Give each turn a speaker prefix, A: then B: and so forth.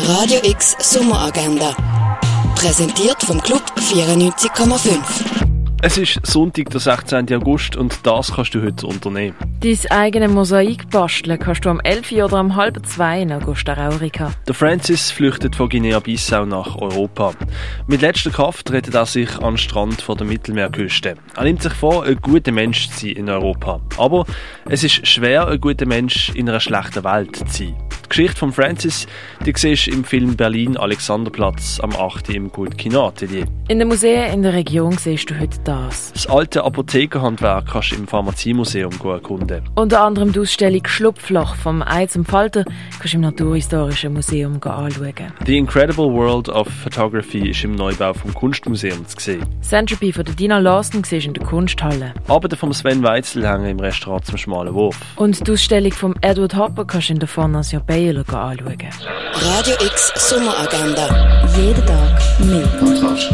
A: Radio X Sommeragenda. Präsentiert vom Club 94,5.
B: Es ist Sonntag, der 16. August und das kannst du heute unternehmen.
C: Dein eigene Mosaik basteln kannst du am 11. oder am halb 2 in Augusta Raurica.
B: Der Francis flüchtet von Guinea-Bissau nach Europa. Mit letzter Kraft rettet er sich an den Strand von der Mittelmeerküste. Er nimmt sich vor, ein guter Mensch zu sein in Europa. Aber es ist schwer, ein guter Mensch in einer schlechten Welt zu sein. Die Geschichte von Francis, die siehst du im Film Berlin Alexanderplatz am 8. im Gut Kino Atelier.
C: In den Museen in der Region siehst du heute das.
B: Das alte Apothekerhandwerk kannst du im Pharmaziemuseum gut erkunden.
C: Unter anderem die Ausstellung Schlupfloch vom Ei zum Falter kannst du im Naturhistorischen Museum gehen anschauen.
B: The Incredible World of Photography ist im Neubau vom Kunstmuseum zu sehen.
C: Centropy von der Dina Larsen siehst du in der Kunsthalle.
B: Arbeiten von Sven Weitzel hängen im Restaurant zum Schmalen Wurf.
C: Und die Ausstellung von Edward Hopper kannst du in der Fondation Baylor gehen anschauen.
A: Radio X Sommeragenda. Jeden Tag mehr.
D: Kontrast.